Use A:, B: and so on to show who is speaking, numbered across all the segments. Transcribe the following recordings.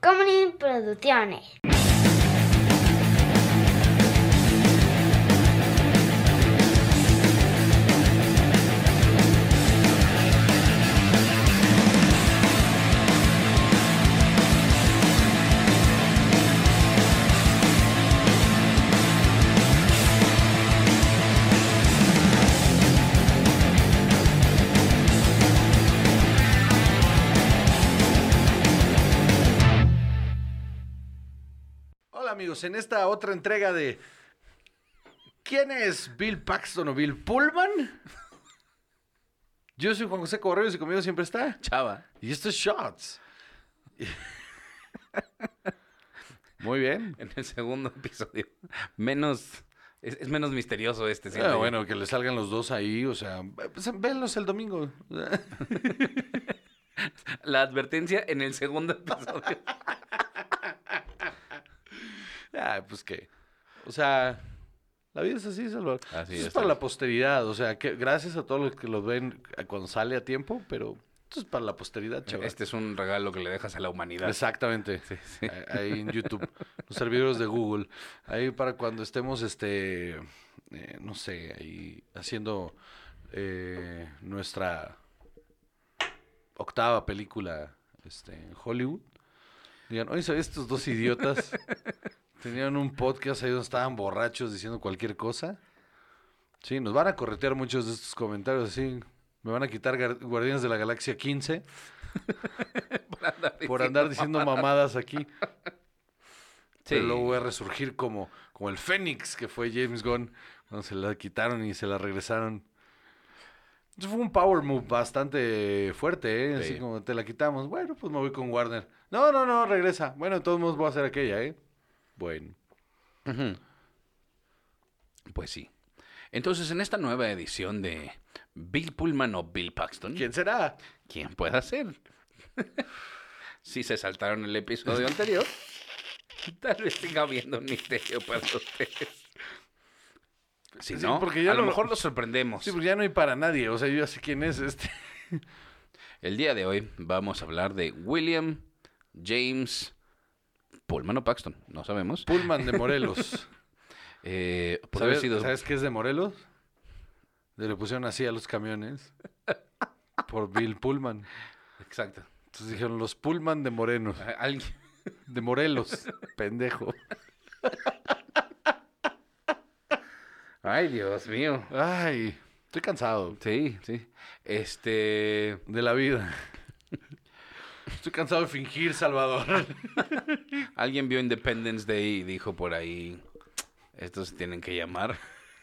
A: Comedy Producciones.
B: Hola amigos, en esta otra entrega de ¿Quién es Bill Paxton o Bill Pullman? Yo soy Juan José Correos y conmigo siempre está.
C: Chava.
B: Y esto es Shots. Muy bien.
C: En el segundo episodio. Menos. Es, es menos misterioso este,
B: Ah,
C: siento yo.
B: bueno, que le salgan los dos ahí, o sea, pues, venlos el domingo.
C: La advertencia en el segundo episodio.
B: Ah, pues que. O sea, la vida es así, Salvador. Esto es
C: Así es,
B: para
C: Salvador.
B: la posteridad, o sea, que gracias a todos los que los ven eh, cuando sale a tiempo, pero esto es para la posteridad, chaval.
C: este es un regalo que le dejas a la humanidad.
B: Exactamente.
C: sí.
B: Ah- Ahí en YouTube. Los servidores de Google. Ahí para cuando estemos, este, eh, no sé, ahí haciendo eh, nuestra octava película este, en Hollywood. Digan, oye, ¿sabes? Estos dos idiotas tenían un podcast ahí donde estaban borrachos diciendo cualquier cosa. Sí, nos van a corretear muchos de estos comentarios, sí. Me van a quitar Gar- Guardianes de la Galaxia 15
C: Por andar
B: por
C: diciendo
B: andar diciendo
C: mamadas.
B: mamadas aquí.
C: Sí.
B: Pero luego voy a resurgir como, como el Fénix que fue James Gunn cuando se la quitaron y se la regresaron. Eso fue un power move bastante fuerte, ¿eh?
C: Sí.
B: Así como te la quitamos. Bueno, pues me voy con Warner. No, no, no, regresa. Bueno, de todos modos voy a hacer aquella, ¿eh? Bueno.
C: Pues sí. Entonces, en esta nueva edición de Bill Pullman o Bill Paxton,
B: ¿Quién será?
C: ¿quién pueda ser? si se saltaron el episodio anterior, tal vez siga habiendo un misterio para ustedes. Si
B: Sí,
C: no,
B: porque ya
C: a lo
B: lo-
C: mejor los sorprendemos.
B: Sí, porque ya no hay para nadie. O sea, yo ya sé quién es este.
C: El día de hoy vamos a hablar de William James Pullman o Paxton, no sabemos.
B: Pullman de Morelos.
C: Eh, pudo haber
B: ¿Sabes,
C: sido-
B: ¿Sabes qué es de Morelos? Le pusieron así a los camiones. Por Bill Pullman.
C: Exacto.
B: Entonces dijeron los Pullman de Morenos.
C: A- Alguien...
B: De Morelos, pendejo.
C: Ay, Dios mío.
B: Ay, estoy cansado
C: Sí, sí. Este.
B: de la vida. Estoy cansado de fingir, Salvador.
C: Alguien vio Independence Day y dijo por ahí: Estos se tienen que llamar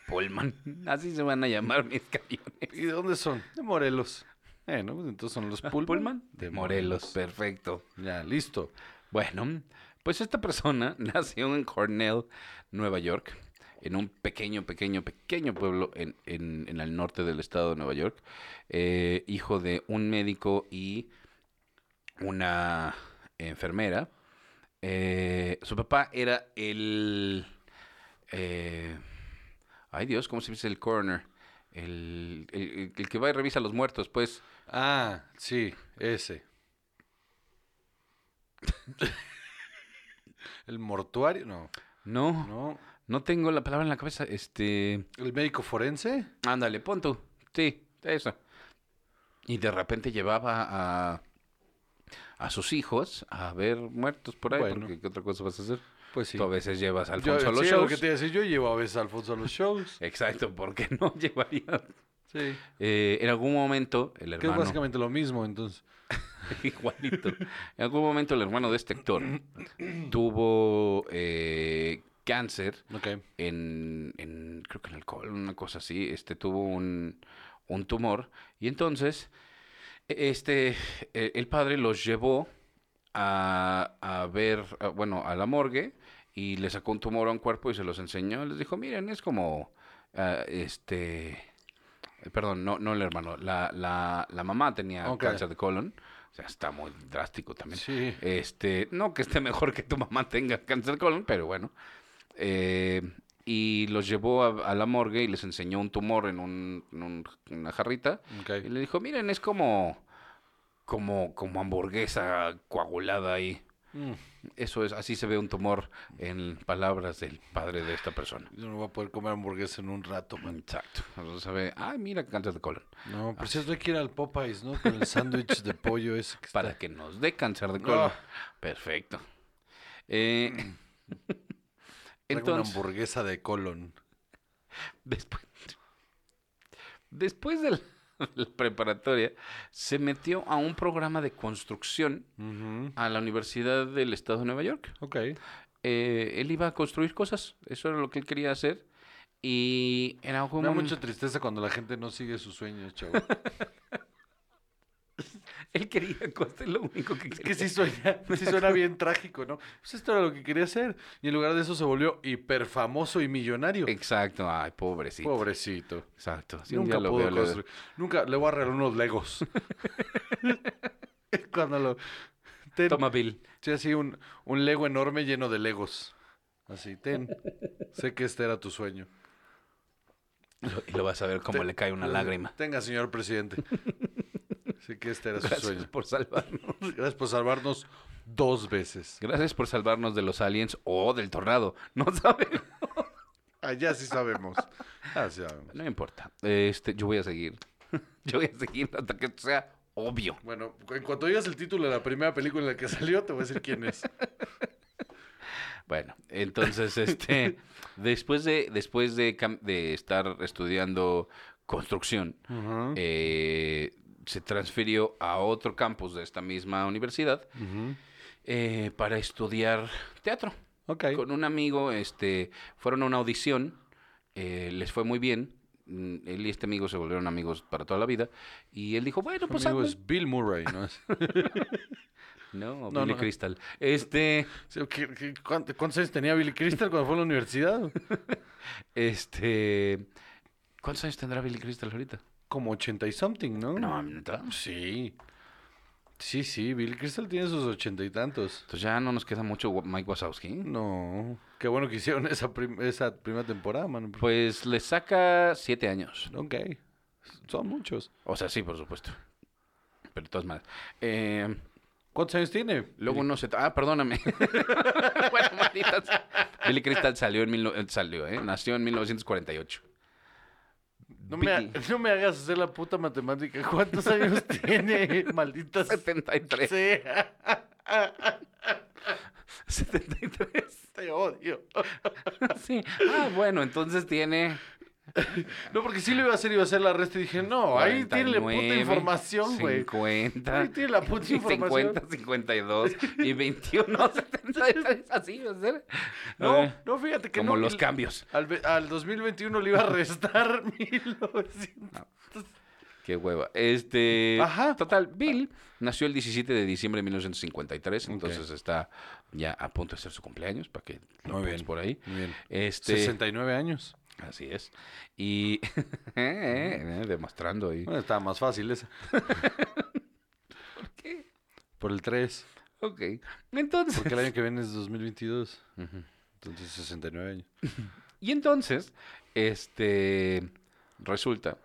C: Pullman. Así se van a llamar mis camiones.
B: ¿Y de dónde son? De Morelos. Eh, ¿no? Pues Entonces son los Pullman.
C: De Morelos. Perfecto.
B: Ya, listo.
C: Bueno, pues esta persona nació en Cornell, Nueva York, en un pequeño, pequeño, pequeño pueblo en, en- en el norte del estado de Nueva York, eh, hijo de un médico y una enfermera. Eh, su papá era el... eh, ay Dios, ¿cómo se dice el coroner? El, el- el que va y revisa a los muertos, pues...
B: Ah, sí, ese. El mortuario, no.
C: No, no,
B: No.
C: tengo la palabra en la cabeza. Este...
B: ¿El médico forense?
C: Ándale, pon tú. Sí, eso. Y de repente llevaba a, a sus hijos a ver muertos por ahí,
B: Bueno.
C: porque ¿qué otra cosa vas a hacer?
B: Pues sí.
C: Tú a veces llevas a
B: Yo,
C: Alfonso a los
B: sí, lo
C: shows.
B: que te iba a decir, yo llevo a veces a Alfonso a los shows.
C: Exacto, porque no llevaría...
B: Sí.
C: Eh, en algún momento el
B: Que es
C: hermano...
B: básicamente lo mismo, entonces.
C: Igualito. En algún momento el hermano de este actor tuvo eh, cáncer
B: Ok.
C: en, en- creo que en el colon, una cosa así, este tuvo un, un tumor y entonces e- este e- el padre los llevó a, a ver, a- bueno, a la morgue y le sacó un tumor a un cuerpo y se los enseñó, les dijo, "Miren, es como ah, este eh, Perdón, no, no el hermano. La, la, la mamá tenía
B: Ok.
C: cáncer de colon. O sea, está muy drástico también.
B: Sí.
C: Este, no que esté mejor que tu mamá tenga cáncer de colon, pero bueno. Eh, y los llevó a, a la morgue y les enseñó un tumor en, un- en un- una jarrita. Y
B: Ok.
C: le dijo, miren, es como, como, como hamburguesa coagulada ahí.
B: Mm,
C: Eso es, así se ve un tumor en palabras del padre de esta persona.
B: yo no voy a poder comer hamburguesa en un rato, man.
C: Exacto. Entonces se ve, ay, mira, cáncer de colon.
B: No,
C: Ah,
B: por cierto, hay que ir al Popeyes, ¿no? Con el sándwich de pollo ese que
C: Para
B: está.
C: que nos dé cáncer de colon.
B: Ah.
C: Perfecto. Eh,
B: Traigo una
C: entonces,
B: hamburguesa de colon.
C: después, después de la, la preparatoria, se metió a un programa de construcción
B: Ujú.
C: a la Universidad del Estado de Nueva York.
B: Ok.
C: Eh, él iba a construir cosas, eso era lo que él quería hacer. Y en algún
B: Me da
C: momento...
B: mucha tristeza cuando la gente no sigue sus sueños, chavo.
C: Él quería cosas, lo único que
B: Es que sí suena, sí suena bien trágico, ¿no? Pues esto era lo que quería hacer. Y en lugar de eso se volvió hiperfamoso y millonario.
C: Exacto, ay, pobrecito.
B: Pobrecito.
C: Exacto. Si un
B: Nunca
C: día lo
B: pudo
C: veo, le-
B: construir. Nunca le voy a regalar unos legos. Cuando lo... Ten.
C: Toma Bill.
B: Sí, así un, un lego enorme lleno de legos. Así, ten. sé que este era tu sueño.
C: Y lo- Y lo vas a ver cómo
B: Te-
C: le cae una lágrima.
B: Tenga, señor presidente. sé que este era su
C: Gracias
B: sueño.
C: por salvarnos.
B: Gracias por salvarnos dos veces.
C: Gracias por salvarnos de los aliens o del tornado. No sabemos.
B: Allá sí sabemos. Ah, sí sabemos.
C: No importa. Este, yo voy a seguir. Yo voy a seguir hasta que esto sea obvio.
B: Bueno, en cuanto digas el título de la primera película en la que salió, te voy a decir quién es.
C: Bueno, entonces, este, después de, después de, cam- de estar estudiando construcción, eh, se transfirió a otro campus de esta misma universidad eh, para estudiar teatro.
B: Ok.
C: Con un amigo, este, fueron a una audición, eh, les fue muy bien. mm, Él y este amigo se volvieron amigos para toda la vida. Y él dijo, bueno, pues
B: Amigo
C: hazme-
B: es Bill Murray, ¿no? Es-
C: No,
B: No,
C: Billy
B: no.
C: Crystal. Este,
B: Sí, ¿qué- qué- cuánto- ¿Cuántos años tenía Billy Crystal cuando fue a la universidad?
C: este... ¿Cuántos años tendrá Billy Crystal ahorita?
B: Como 80 y something, ¿no?
C: No, ¿neta?
B: Sí. Sí, sí, Billy Crystal tiene sus ochenta y tantos.
C: Entonces Pues ya no nos queda mucho Wa- Mike Wazowski.
B: No. Qué bueno que hicieron esa, prim- esa primera temporada, mano. pues,
C: Pues le saca siete años.
B: Ok. Son muchos.
C: O sea, sí, por supuesto. Pero de todas maneras. Eh,
B: ¿Cuántos años tiene?
C: luego no se... tra- Ah, perdóname. bueno, maldita sea. Billy Crystal salió en... mil no- eh, Salió, ¿eh? Nació en 1948.
B: No me, ha-
C: Billy.
B: no me hagas hacer la puta matemática. ¿Cuántos años tiene? Maldita
C: 73.
B: sea.
C: 73.
B: Te Este odio.
C: Sí. Ah, bueno, entonces tiene...
B: No, porque sí lo iba a hacer, iba a hacer la resta y dije, no, ahí tiene la puta
C: 49,
B: información, güey.
C: 50.
B: Ahí tiene la puta
C: y
B: información.
C: 50, 52 y 21, 73, así va a ser.
B: No,
C: Eh,
B: no, fíjate que
C: como
B: no.
C: los
B: y-
C: cambios.
B: Al, ve- al 2021 le iba a restar 1900.
C: Qué hueva. Este.
B: Ajá.
C: Total, Bill nació el 17 de diciembre de 1953.
B: Ok.
C: Entonces está ya a punto de ser su cumpleaños. Para que lo
B: Muy
C: pongas
B: bien.
C: por ahí.
B: Muy bien.
C: Este.
B: 69 años.
C: Así es. Y. eh, demostrando ahí.
B: Bueno, estaba más fácil esa.
C: ¿Por qué?
B: Por el 3.
C: Ok. Entonces.
B: Porque el año que viene es 2022.
C: Ujú.
B: Entonces 69 años.
C: Y entonces, este. Resulta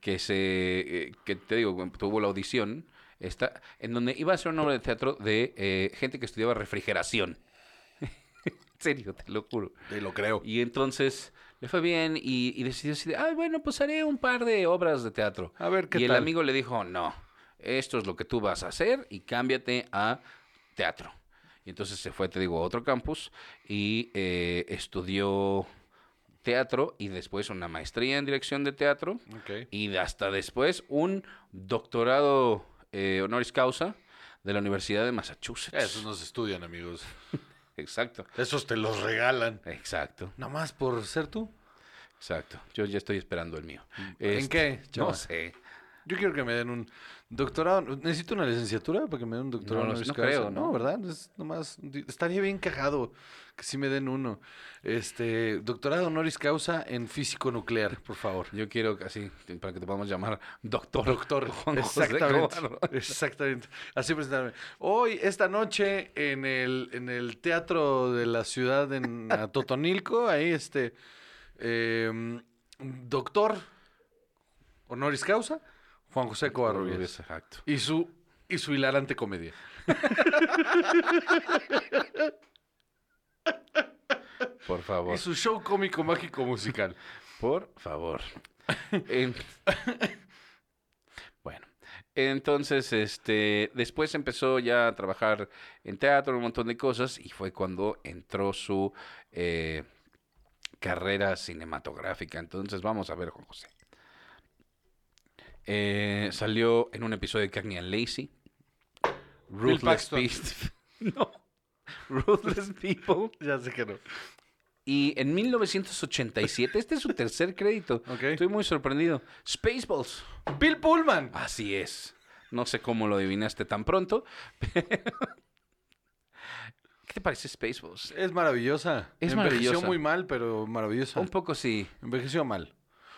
C: que se eh, que te digo cuando tuvo la audición esta, en donde iba a ser una obra de teatro de eh, gente que estudiaba refrigeración en serio te lo juro
B: Te lo creo.
C: y entonces le fue bien y, y decidió así de, ah bueno pues haré un par de obras de teatro
B: A ver qué
C: y el
B: tal.
C: amigo le dijo no esto es lo que tú vas a hacer y cámbiate a teatro y entonces se fue te digo a otro campus y eh, estudió teatro y después una maestría en dirección de teatro
B: Ok.
C: y hasta después un doctorado eh, honoris causa de la Universidad de Massachusetts.
B: Esos no se estudian, amigos.
C: Exacto.
B: Esos te los regalan.
C: Exacto,
B: Nada más por ser tú.
C: exacto. Yo ya estoy esperando el mío. Este,
B: ¿En qué, chava?
C: No sé.
B: Yo quiero que me den un doctorado. Necesito una licenciatura para que me den un doctorado.
C: No lo
B: honoris
C: sé, no
B: causa.
C: creo, ¿no?
B: No, ¿verdad? Es nomás, di- estaría bien cagado que sí me den uno. Este, doctorado honoris causa en físico nuclear, por favor.
C: Yo quiero que así, para que te podamos llamar doctor.
B: Doctor,
C: Juan José
B: exactamente,
C: Cobarro.
B: exactamente. Así presentarme. Hoy, esta noche, en el, en el teatro de la ciudad en Atotonilco, ahí este, eh, doctor honoris causa, Juan José Covarrubias.
C: Exacto.
B: Y su, y su hilarante comedia.
C: Por favor.
B: Y su show cómico mágico musical.
C: Por favor. En- Bueno. Entonces, este, después empezó ya a trabajar en teatro, un montón de cosas, y fue cuando entró su eh, carrera cinematográfica. Entonces, vamos a ver, Juan José. Eh, salió en un episodio de Cagney and Lacey. Ruthless
B: Paxton.
C: Beast. No. Ruthless People.
B: Ya sé que no.
C: Y en 1987, este es su tercer crédito.
B: Ok.
C: Estoy muy sorprendido. Spaceballs.
B: Bill Pullman.
C: Así es. No sé cómo lo adivinaste tan pronto. pero- ¿Qué te parece Spaceballs?
B: Es maravillosa.
C: Es
B: Envejeció
C: maravillosa.
B: muy mal, pero maravillosa.
C: Un poco sí.
B: Envejeció mal.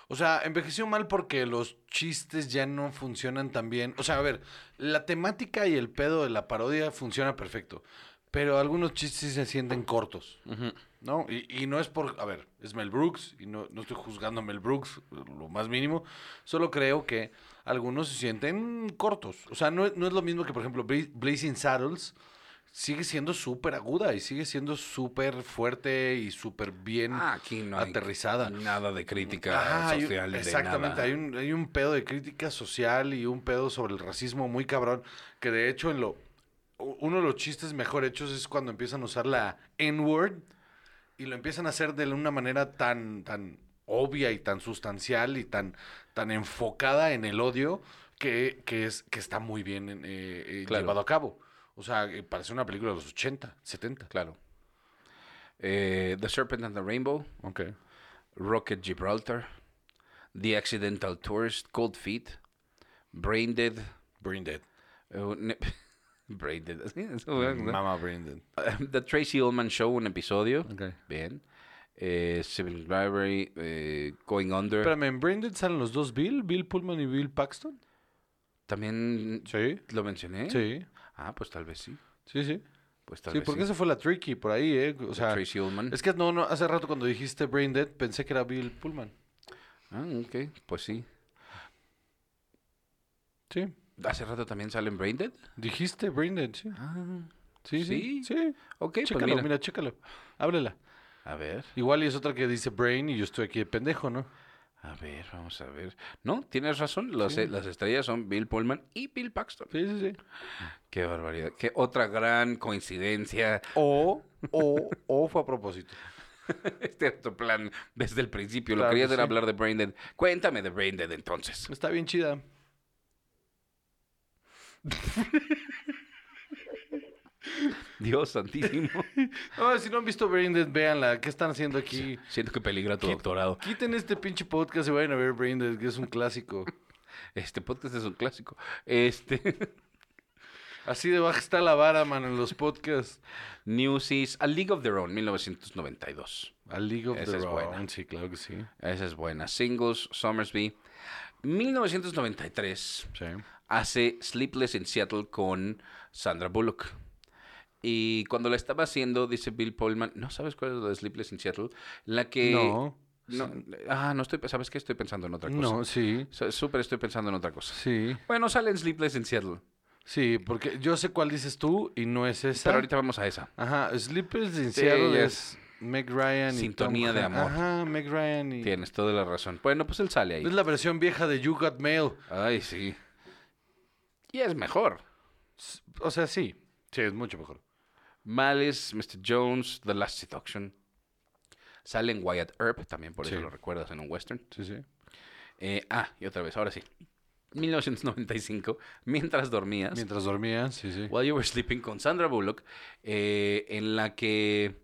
B: O sea, envejeció mal porque los chistes ya no funcionan tan bien. O sea, a ver, la temática y el pedo de la parodia funciona perfecto. Pero algunos chistes se sienten cortos, ¿no? Y, y no es por... A ver, es Mel Brooks, y no, no estoy juzgando a Mel Brooks, lo más mínimo. Solo creo que algunos se sienten cortos. O sea, no, es- no es lo mismo que, por ejemplo, Bla- Blazing Saddles sigue siendo súper aguda y sigue siendo súper fuerte y súper bien
C: Ah, aquí no hay
B: aterrizada.
C: nada de crítica
B: Ajá, hay un-
C: social. de
B: exactamente,
C: nada.
B: Hay, un, hay un pedo de crítica social y un pedo sobre el racismo muy cabrón, que de hecho en lo u- uno de los chistes mejor hechos es cuando empiezan a usar la N-word y lo empiezan a hacer de una manera tan, tan obvia y tan sustancial y tan, tan enfocada en el odio que, que es, que está muy bien eh, eh,
C: Claro.
B: llevado a cabo. O sea, eh, parece una película de los 80, 70.
C: Claro. Eh, the Serpent and the Rainbow.
B: Ok.
C: Rocket Gibraltar. The Accidental Tourist. Cold Feet. Brain Dead.
B: Brain Dead.
C: eh, un- Brain Dead. así, eso, ¿no?
B: Mama Brain Dead.
C: The Tracy Ullman Show, un episodio.
B: Ok.
C: Bien. Eh, Civil Library, eh, Going Under.
B: Espérame, ¿en Branded salen los dos Bill? ¿Bill Pullman y Bill Paxton?
C: También
B: Sí.
C: lo mencioné.
B: Sí,
C: Ah, pues tal vez sí.
B: sí, sí.
C: Pues tal
B: sí,
C: vez
B: porque
C: sí.
B: esa fue la tricky por ahí, ¿eh? O
C: The
B: sea,
C: Tracy Ullman.
B: es que no, no, hace rato cuando dijiste Brain Dead pensé que era Bill Pullman.
C: Ah, ok. Pues sí.
B: Sí.
C: ¿Hace rato también salen Brain Dead?
B: Dijiste Brain Dead, sí.
C: Ah,
B: Sí, sí.
C: ¿Sí?
B: Sí.
C: ok. pues
B: Chécalo,
C: mira.
B: mira. chécalo. Ábrela.
C: A ver,
B: Igual y es otra que dice Brain y yo estoy aquí de pendejo, ¿no?
C: a ver, vamos a ver. No, tienes razón. Las, eh, las estrellas son Bill Pullman y Bill Paxton.
B: Sí, sí, sí.
C: Qué barbaridad. Qué otra gran coincidencia.
B: O, o, o fue a propósito.
C: Este era tu plan desde el principio. Lo
B: Claro
C: querías
B: que
C: era
B: sí.
C: hablar de Brain Dead. Cuéntame de Brain Dead entonces.
B: Está bien chida.
C: Dios santísimo.
B: No, si no han visto Brain Dead, véanla. ¿Qué están haciendo aquí?
C: Siento que peligra tu doctorado.
B: Quiten este pinche podcast y vayan a ver Brain Dead, que es un clásico.
C: Este podcast es un clásico. Este,
B: Así de baja está la vara, man, en los podcasts.
C: Newsies, A League of Their Own, 1992.
B: A League of
C: Esa
B: Their
C: es buena.
B: Own, sí, claro que sí.
C: Esa es buena. Singles, Somersby. 1993
B: Sí.
C: hace Sleepless in Seattle con Sandra Bullock. Y cuando la estaba haciendo, dice Bill Pullman, ¿no sabes cuál es la de Sleepless in Seattle? La que...
B: no,
C: No, ah, no estoy... ¿Sabes qué? Estoy pensando en otra cosa.
B: no, sí,
C: So- Súper estoy pensando en otra cosa.
B: sí,
C: Bueno, sale en Sleepless in Seattle.
B: sí, porque yo sé cuál dices tú y no es esa.
C: Pero ahorita vamos a esa.
B: Ajá, Sleepers in
C: Sí,
B: Seattle
C: ya
B: es Meg Ryan y
C: Sintonía
B: Tom
C: de
B: Hanks.
C: amor.
B: Ajá, Meg Ryan y...
C: Tienes toda la razón. Bueno, pues él sale ahí.
B: Es la versión vieja de You Got Mail.
C: Ay, sí. Y es mejor.
B: O sea, sí, sí, es mucho mejor.
C: Malice, Mr. Jones, The Last Seduction. Sale en Wyatt Earp, también por eso
B: Sí.
C: lo recuerdas en un western.
B: Sí, sí.
C: Eh, ah, y otra vez, ahora sí. 1995, Mientras Dormías,
B: Mientras dormía, sí, sí.
C: While You Were Sleeping con Sandra Bullock, eh, en la que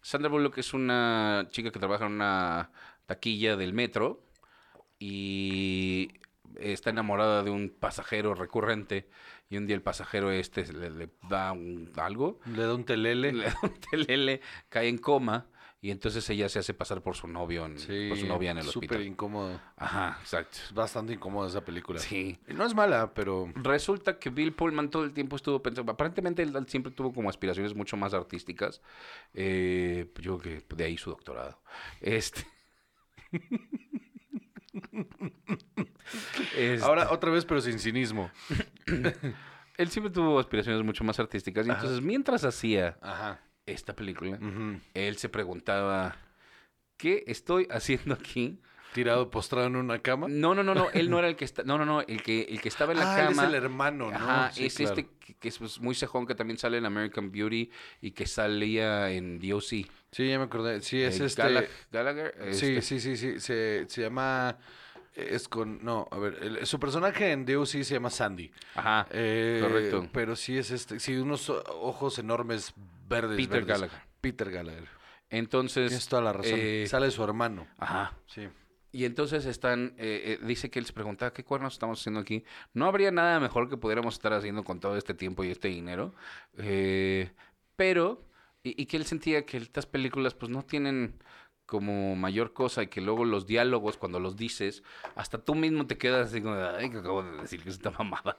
C: Sandra Bullock es una chica que trabaja en una taquilla del metro y está enamorada de un pasajero recurrente y un día el pasajero este le, le da un- algo
B: Le da un telele.
C: le da un telele, cae en coma y entonces ella se hace pasar por su novio en,
B: Sí,
C: por pues su novia en el
B: súper
C: hospital.
B: incómodo.
C: Ajá, exacto.
B: Es bastante incómoda esa película.
C: Sí.
B: No es mala, pero...
C: Resulta que Bill Pullman todo el tiempo estuvo pensando, aparentemente él siempre tuvo como aspiraciones mucho más artísticas. Eh, yo creo que de ahí su doctorado. Este. Este, este,
B: Ahora otra vez, pero sin cinismo.
C: él siempre tuvo aspiraciones mucho más artísticas. Y
B: Ajá.
C: entonces, mientras hacía
B: Ajá.
C: esta película,
B: Ujú.
C: él se preguntaba, ¿qué estoy haciendo aquí?
B: Tirado postrado en una cama.
C: No, no, no, no, él no era el que está, no, no, no, el que, el que estaba en la
B: Ah, él
C: cama.
B: es el hermano, ¿no?
C: Ajá,
B: Sí,
C: es
B: claro.
C: este que, que es pues, muy cejón que también sale en American Beauty y que salía en DOC.
B: Sí, ya me acordé. Sí, es
C: Eh,
B: este.
C: Gallag- Gallagher.
B: Sí,
C: este,
B: sí, sí, sí. Se, se llama. Es con. No, a ver. el- su personaje en Deus sí se llama Sandy.
C: Ajá.
B: Eh,
C: correcto.
B: Pero sí es este. Sí, unos o- ojos enormes verdes.
C: Peter
B: verdes.
C: Gallagher.
B: Peter Gallagher.
C: Entonces.
B: Tienes toda la razón.
C: eh,
B: Sale su hermano.
C: Ajá.
B: Sí.
C: Y entonces están, eh, eh, dice que él se preguntaba, ¿qué cuernos estamos haciendo aquí? No habría nada mejor que pudiéramos estar haciendo con todo este tiempo y este dinero. Eh, pero, y, y que él sentía que estas películas pues no tienen como mayor cosa y que luego los diálogos cuando los dices, hasta tú mismo te quedas así como, ay, que acabo de decir que es esta mamada.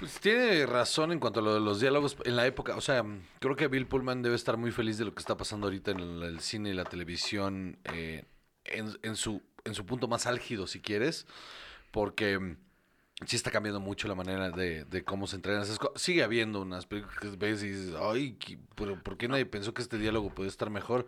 B: Pues tiene razón en cuanto a lo de los diálogos en la época. O sea, mm, creo que Bill Pullman debe estar muy feliz de lo que está pasando ahorita en el, el cine y la televisión eh, en, en su, en su punto más álgido, si quieres, porque mm, sí está cambiando mucho la manera de, de cómo se entrenan esas cosas. Sigue habiendo unas películas que ves y dices, ay, ¿qué- pero ¿por qué nadie pensó que este diálogo podía estar mejor?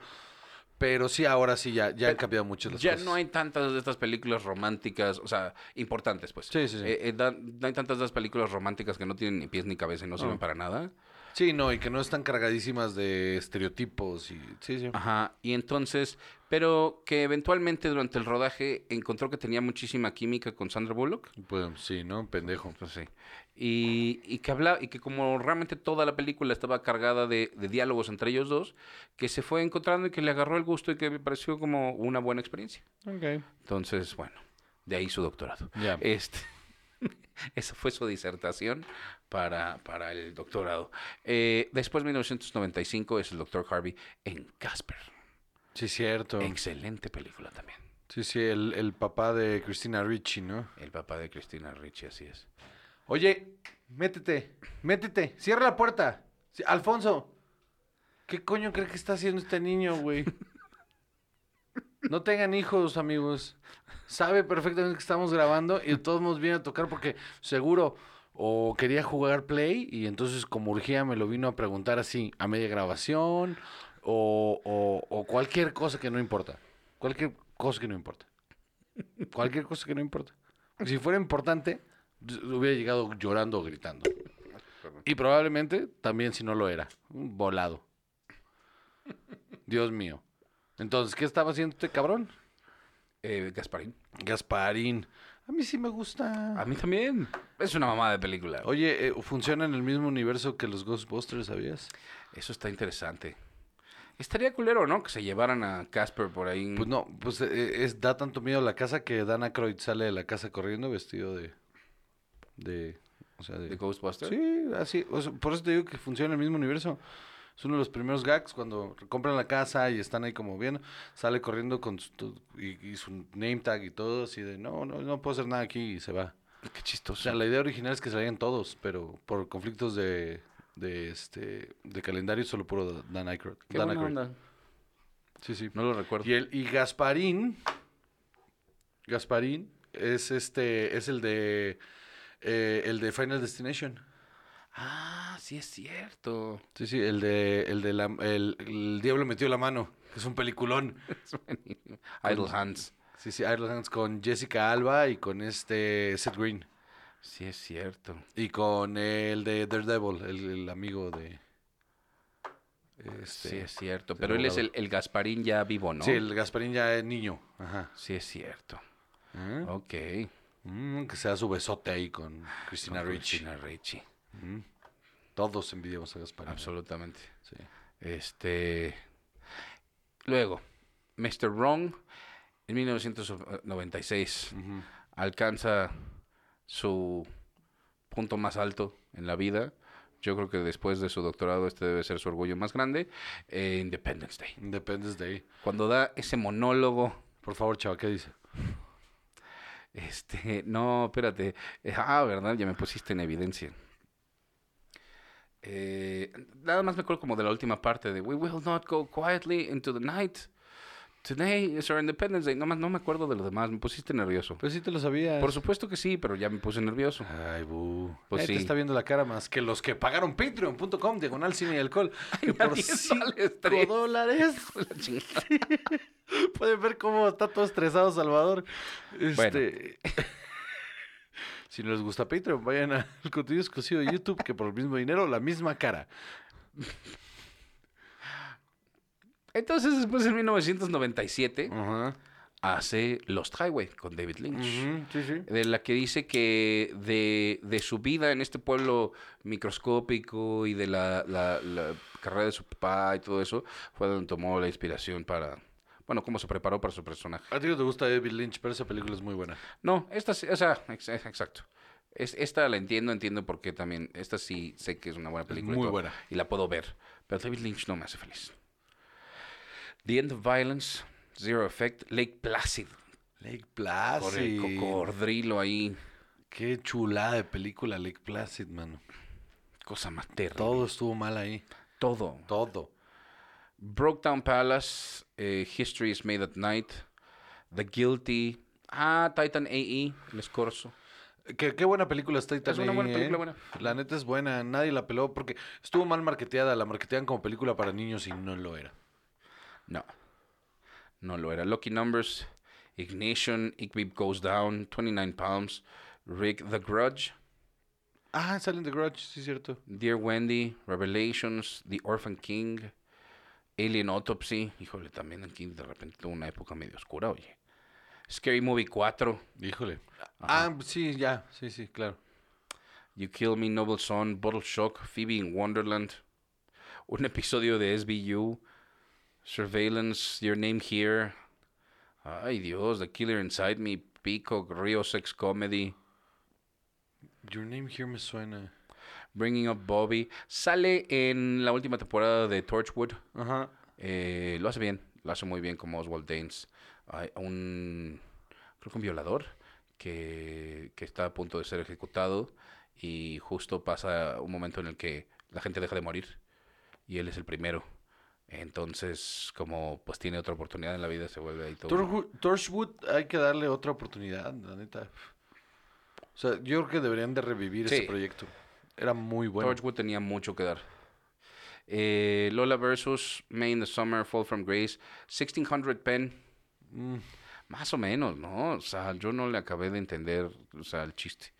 B: Pero sí, ahora sí, ya, ya han cambiado mucho las
C: Ya
B: cosas.
C: no hay tantas de estas películas románticas, o sea, importantes pues.
B: Sí, sí, sí.
C: Eh, eh, da- no hay tantas de estas películas románticas que no tienen ni pies ni cabeza y no sirven
B: No.
C: para nada.
B: Sí, no, y que no están cargadísimas de estereotipos y... Sí, sí.
C: Ajá, y entonces, pero que eventualmente durante el rodaje encontró que tenía muchísima química con Sandra Bullock.
B: Pues sí, ¿no? Pendejo.
C: Pues sí. Y, y que hablaba, y que como realmente toda la película estaba cargada de, de diálogos entre ellos dos, que se fue encontrando y que le agarró el gusto y que me pareció como una buena experiencia.
B: Ok.
C: Entonces, bueno, de ahí su doctorado.
B: Ya.
C: Este, esa fue su disertación para, para el doctorado. Eh, después, 1995, es el doctor Harvey en Casper.
B: Sí, cierto.
C: Excelente película también.
B: Sí, sí, el, el papá de Cristina Ricci, ¿no?
C: El papá de Cristina Ricci, así es.
B: Oye, métete, métete, cierra la puerta. Sí, Alfonso, ¿qué coño cree que está haciendo este niño, güey? No tengan hijos, amigos. Sabe perfectamente que estamos grabando y de todos nos viene a tocar porque seguro o quería jugar play y entonces como urgía me lo vino a preguntar así a media grabación o, o- o cualquier cosa que no importa. Cualquier cosa que no importa. Cualquier cosa que no importa. Si fuera importante, hubiera llegado llorando o gritando. Y probablemente también si no lo era, un volado. Dios mío. Entonces, ¿qué estaba haciendo este cabrón?
C: Eh, Gasparín.
B: Gasparín. A mí sí me gusta.
C: A mí también. Es una mamada de película.
B: Oye, eh, funciona en el mismo universo que los Ghostbusters, ¿sabías?
C: Eso está interesante. Estaría culero, ¿no? Que se llevaran a Casper por ahí.
B: Pues no, pues eh, es, da tanto miedo la casa que Dan Aykroyd sale de la casa corriendo vestido de... De... O sea,
C: De Ghostbusters.
B: Sí, así. o sea, por eso te digo que funciona en el mismo universo. Es uno de los primeros gags cuando compran la casa y están ahí como viendo. Sale corriendo con su, tu- y, y su name tag y todo. Así de, no, no, no puedo hacer nada aquí y se va.
C: Qué
B: O
C: chistoso.
B: sea, la idea original es que salían todos, pero por conflictos de, de, este, de calendario solo puro Dan Aykroyd.
C: Qué
B: Dan
C: buena
B: Aykroyd.
C: onda.
B: Sí, sí.
C: No lo recuerdo.
B: Y, el, y Gasparín. Gasparín es este, es el de, eh, el de Final Destination.
C: Ah, sí es cierto.
B: Sí, sí, el de, el de la, el, el Diablo metió la mano, que es un peliculón.
C: Idle Hands.
B: Sí, sí, Iron Hands con Jessica Alba y con este Seth Green.
C: Sí es cierto.
B: Y con el de Daredevil, el, el amigo de...
C: Sí
B: Este,
C: es cierto.
B: Del
C: Pero él es el,
B: abogado.
C: el Gasparín ya vivo, ¿no?
B: sí, el Gasparín ya es niño. Ajá.
C: Sí es cierto.
B: Ajá.
C: Ok.
B: Mm, que se da su besote ahí con Cristina
C: Con
B: Ricci.
C: Cristina Ricci.
B: Mm. Todos envidiamos a Gasparín.
C: Absolutamente.
B: Sí.
C: Este. Luego, Mr. Wrong, en 1996,
B: Ujú.
C: alcanza su punto más alto en la vida. Yo creo que después de su doctorado, este debe ser su orgullo más grande. eh, Independence Day.
B: Independence Day.
C: Cuando da ese monólogo.
B: Por favor, chava, ¿qué dice?
C: Este, no, espérate. Eh, Ah, ¿verdad? Ya me pusiste en evidencia. Eh, nada más me acuerdo como de la última parte de We will not go quietly into the night. Today is our Independence Day. No, más, no me acuerdo de lo demás, me pusiste nervioso.
B: Pero Pues sí te lo sabías.
C: Por supuesto que sí, pero ya me puse nervioso.
B: Ay, bu.
C: Pues
B: Pues
C: sí.
B: te está viendo la cara más que los que pagaron patreon.com, diagonal cine y alcohol. Que por
C: nadie
B: 5
C: sale tres.
B: dólares.
C: La chingada.
B: Pueden ver cómo está todo estresado Salvador. Este, si no les gusta Patreon, vayan al contenido exclusivo de YouTube, que por el mismo dinero, la misma cara.
C: Entonces, después en 1997,
B: Ajá.
C: hace Lost Highway con David Lynch.
B: Ujú, Sí, sí.
C: de la que dice que de, de su vida en este pueblo microscópico y de la, la- la carrera de su papá y todo eso, fue donde tomó la inspiración para, bueno, cómo se preparó para su personaje.
B: A ti no te gusta David Lynch, pero esa película es muy buena.
C: No, esta sí, o sea, ex- ex- exacto. Es, esta la entiendo, entiendo por qué también. Esta sí sé que es una buena película. y
B: muy
C: todo,
B: buena.
C: Y la puedo ver. Pero David Lynch no me hace feliz. The End of Violence, Zero Effect, Lake Placid.
B: Lake
C: Con el
B: Placid.
C: cocodrilo ahí.
B: Qué chulada de película Lake Placid, mano.
C: Cosa más terrible.
B: Todo estuvo mal ahí.
C: Todo.
B: Todo.
C: Brokedown Palace, eh, History is Made at Night, The Guilty, ah, Titan AE, El Escorzo.
B: Qué, qué buena película está Titan
C: Es una buena
B: ahí,
C: película,
B: ¿eh?
C: buena.
B: La neta es buena, nadie la peló porque estuvo mal marketeada, la marketean como película para niños y no lo era.
C: No, no lo era. Lucky Numbers, Ignition, Igbeep Goes Down, 29 Palms, Rick the Grudge,
B: Ah, salen The Grudge, sí es cierto.
C: Dear Wendy, Revelations, The Orphan King, Alien Autopsy. Híjole, también aquí de repente tuvo una época medio oscura, oye. Scary Movie 4,
B: Híjole. Ah, sí, ya, sí, sí, claro.
C: You Kill Me, Noble Son, Bottle Shock, Phoebe in Wonderland, un episodio de SBU, Surveillance, Your Name Here, ay Dios, The Killer Inside Me, Peacock, Rio Sex Comedy,
B: Your Name Here me suena.
C: Bringing Up Bobby, sale en la última temporada de Torchwood,
B: Ajá.
C: Eh, lo hace bien, lo hace muy bien como Oswald Daines, Hay un, creo que un violador que, que está a punto de ser ejecutado y justo pasa un momento en el que la gente deja de morir y él es el primero. Entonces, como pues tiene otra oportunidad en la vida, se vuelve ahí todo.
B: Torchwood- Torchwood hay que darle otra oportunidad, la neta. O sea, yo creo que deberían de revivir
C: Sí.
B: ese proyecto. Era muy bueno.
C: Torchwood tenía mucho que dar. Eh, Lola versus May in the Summer, Fall from Grace, 1600 Pen.
B: Mm.
C: Más o menos, ¿no? O sea, yo no le acabé de entender, o sea, el chiste.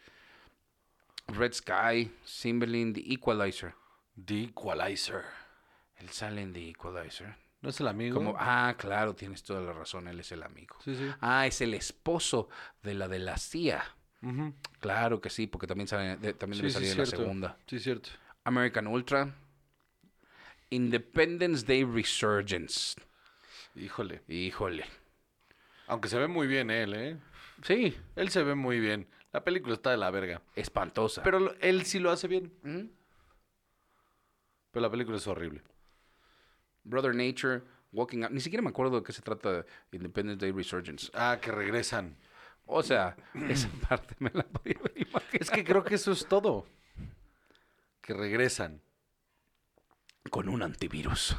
C: Red Sky, Cymbeline, The Equalizer.
B: The Equalizer.
C: Él sale en The Equalizer.
B: ¿No es el amigo?
C: Como, ah, claro, tienes toda la razón, él es el amigo.
B: Sí, sí.
C: Ah, es el esposo de la de la CIA.
B: Ujú.
C: Claro que sí, porque también, sale, de- también
B: Sí,
C: debe
B: sí,
C: salir en
B: cierto.
C: la segunda.
B: Sí, cierto.
C: American Ultra. Independence Day Resurgence.
B: Híjole.
C: Híjole.
B: Aunque se ve muy bien él, ¿eh?
C: Sí,
B: Él se ve muy bien. La película está de la verga.
C: espantosa.
B: Pero lo- él sí lo hace bien.
C: ¿Mm?
B: Pero la película es horrible.
C: Brother Nature, Walking Out. Ni siquiera me acuerdo de qué se trata Independence Day Resurgence.
B: Ah, que regresan.
C: O sea, esa parte me la podía haber imaginado.
B: Es que creo que eso es todo. Que regresan.
C: Con un antivirus.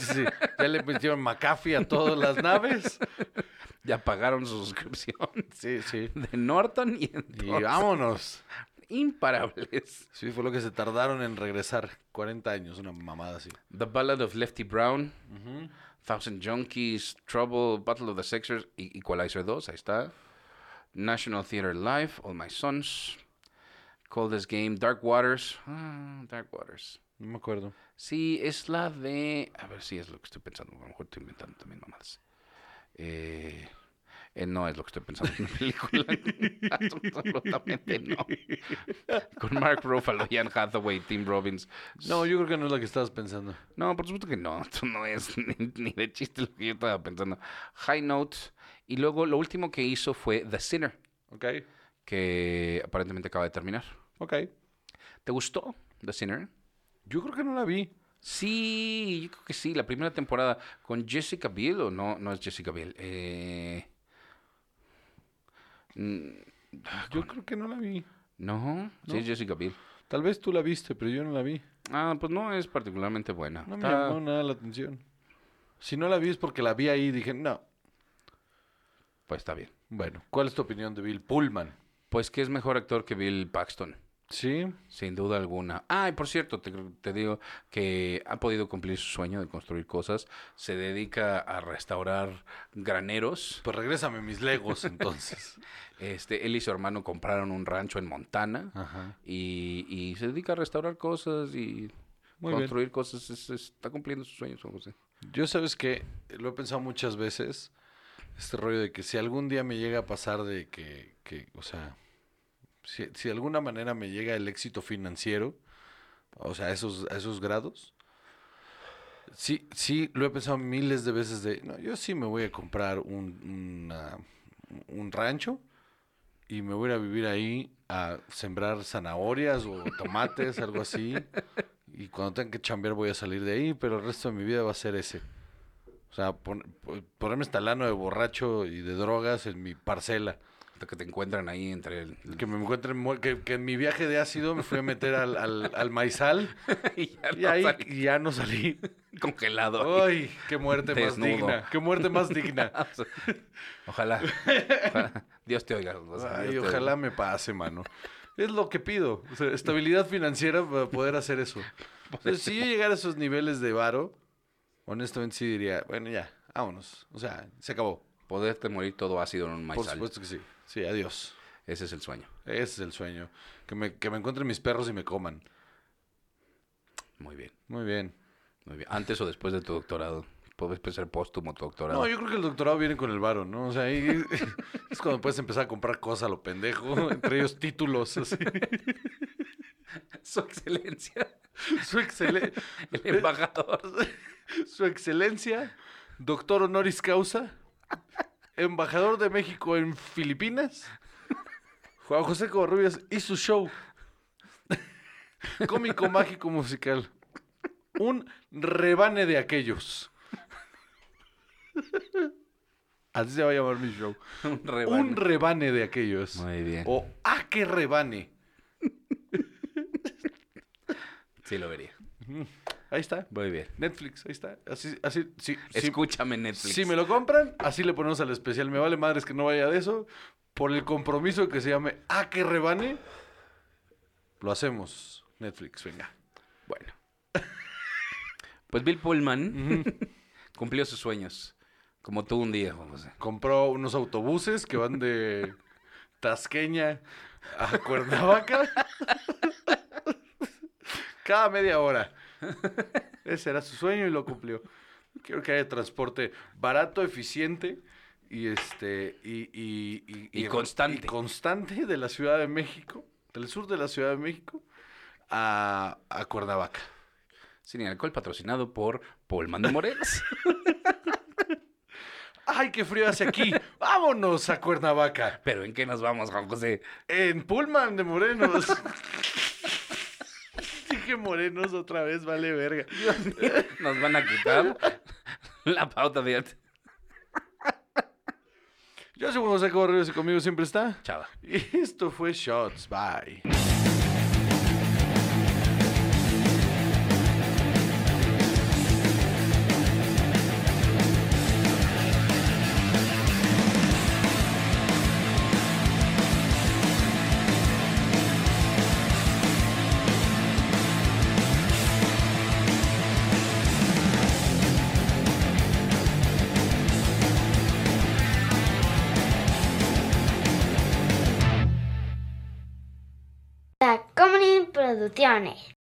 B: Sí, Ya le metieron McAfee a todas las naves.
C: Ya pagaron su suscripción
B: Sí, sí.
C: de Norton y
B: Y
C: entonces,
B: vámonos.
C: imparables.
B: Sí, fue lo que se tardaron en regresar. 40 años, una mamada así.
C: The Ballad of Lefty Brown, Thousand Junkies, Trouble, Battle of the Sexers, y Equalizer 2, ahí está. National Theater Live, All My Sons, Coldest Game, Dark Waters. Ah, Dark Waters.
B: No me acuerdo.
C: Sí, es la de. A ver si es lo que estoy pensando. A lo mejor estoy inventando también mamadas. Eh, eh, no es lo que estoy pensando en la película. Absolutamente no. Con Mark Ruffalo, Ian Hathaway, Tim Robbins.
B: No, yo creo que no es la que estabas pensando.
C: No, por supuesto que no. Esto no es ni, ni de chiste lo que yo estaba pensando. High Note. Y luego lo último que hizo fue The Sinner,
B: Ok,
C: que aparentemente acaba de terminar.
B: ok.
C: ¿Te gustó The Sinner?
B: Yo creo que no la vi.
C: Sí, yo creo que sí, la primera temporada con Jessica Biel o no, no es Jessica Biel. Eh, mm,
B: Yo creo que no la vi.
C: no, sí es Jessica Biel.
B: Tal vez tú la viste, pero yo no la vi.
C: Ah, pues no es particularmente buena.
B: No me
C: Está-
B: llamó nada la atención. Si no la vi es porque la vi ahí y dije, no.
C: Pues está bien.
B: Bueno, ¿cuál es tu opinión de Bill Pullman?
C: Pues que es mejor actor que Bill Paxton.
B: Sí.
C: Sin duda alguna. Ah, y por cierto, te, te digo que ha podido cumplir su sueño de construir cosas. Se dedica a restaurar graneros.
B: Pues regrésame mis legos entonces.
C: Este, él y su hermano compraron un rancho en Montana
B: Ajá.
C: y, y se dedica a restaurar cosas y
B: Muy bien.
C: construir cosas. Es- es- está cumpliendo sus sueños, Juan José.
B: Yo sabes que lo he pensado muchas veces, este rollo de que si algún día me llega a pasar de que, que, o sea, si, si de alguna manera me llega el éxito financiero, o sea, a esos, a esos grados, sí, sí, lo he pensado miles de veces de, no, yo sí me voy a comprar un, una- un rancho y me voy a ir a vivir ahí a sembrar zanahorias o tomates, algo así. Y cuando tenga que chambear voy a salir de ahí, pero el resto de mi vida va a ser ese. O sea, pon- po- ponerme estalano de borracho y de drogas en mi parcela.
C: Hasta Que te encuentran ahí entre el...
B: Que me encuentren, mu- que, que en mi viaje de ácido me fui a meter al, al- al maizal
C: y ya
B: y
C: no
B: ahí
C: salí
B: y ya no salí.
C: congelado. ahí.
B: ¡Ay! ¡Qué muerte más
C: Desnudo.
B: digna! ¡Qué muerte más digna!
C: Ojalá. Ojalá. Dios te oiga. Juan José,
B: Ay,
C: Dios te
B: ojalá
C: oiga.
B: me pase, mano. Es lo que pido. o sea, estabilidad financiera para poder hacer eso. O sea, si yo llegara a esos niveles de varo, honestamente sí diría, bueno, ya, vámonos. O sea, se acabó.
C: Poderte morir todo ácido en un
B: Por
C: maizal.
B: supuesto que sí. Sí, adiós.
C: Ese es el sueño.
B: Ese es el sueño. Que me, que me encuentren mis perros y me coman.
C: Muy bien.
B: Muy bien.
C: Muy bien. Antes o después de tu doctorado. Puedes ser póstumo tu doctorado.
B: No, yo creo que el doctorado viene con el varo, ¿no? O sea, ahí es cuando puedes empezar a comprar cosas a lo pendejo, entre ellos títulos, así.
C: Su excelencia.
B: Su, excele-
C: El embajador.
B: su excelencia, doctor honoris causa, embajador de México en Filipinas, Juan José Covarrubias y su show, cómico mágico musical, un rebane de aquellos. Así se va a llamar mi show.
C: Un
B: Un Oh. rebane de aquellos.
C: Muy bien.
B: O a que rebane.
C: Sí, lo vería.
B: Ahí está.
C: Muy bien.
B: Netflix, ahí está. Así, así, sí, sí.
C: Escúchame, Netflix.
B: Si me lo compran, así le ponemos al especial. Me vale madres que no vaya de eso. Por el compromiso que se llame A que rebane, lo hacemos. Netflix, venga.
C: Bueno. Pues Bill Pullman cumplió sus sueños. Como tú un día, Juan José.
B: Compró unos autobuses que van de Tasqueña a Cuernavaca. Cada media hora. Ese era su sueño y lo cumplió. Quiero que haya transporte barato, eficiente y este y, y- y-
C: Y constante.
B: y constante de la Ciudad de México, del sur de la Ciudad de México, a, a Cuernavaca.
C: Sin alcohol, patrocinado por Pullman de Morelos.
B: ¡Ay, qué frío hace aquí! ¡Vámonos a Cuernavaca!
C: Pero ¿en qué nos vamos, Juan José?
B: En Pullman de Morenos. Dije Morenos otra vez, vale verga.
C: Nos van a quitar la pauta de arte.
B: Yo soy Juan José Correos y conmigo siempre está.
C: Chava.
B: Y esto fue Shots. Bye.
A: Tacomunin Producciones.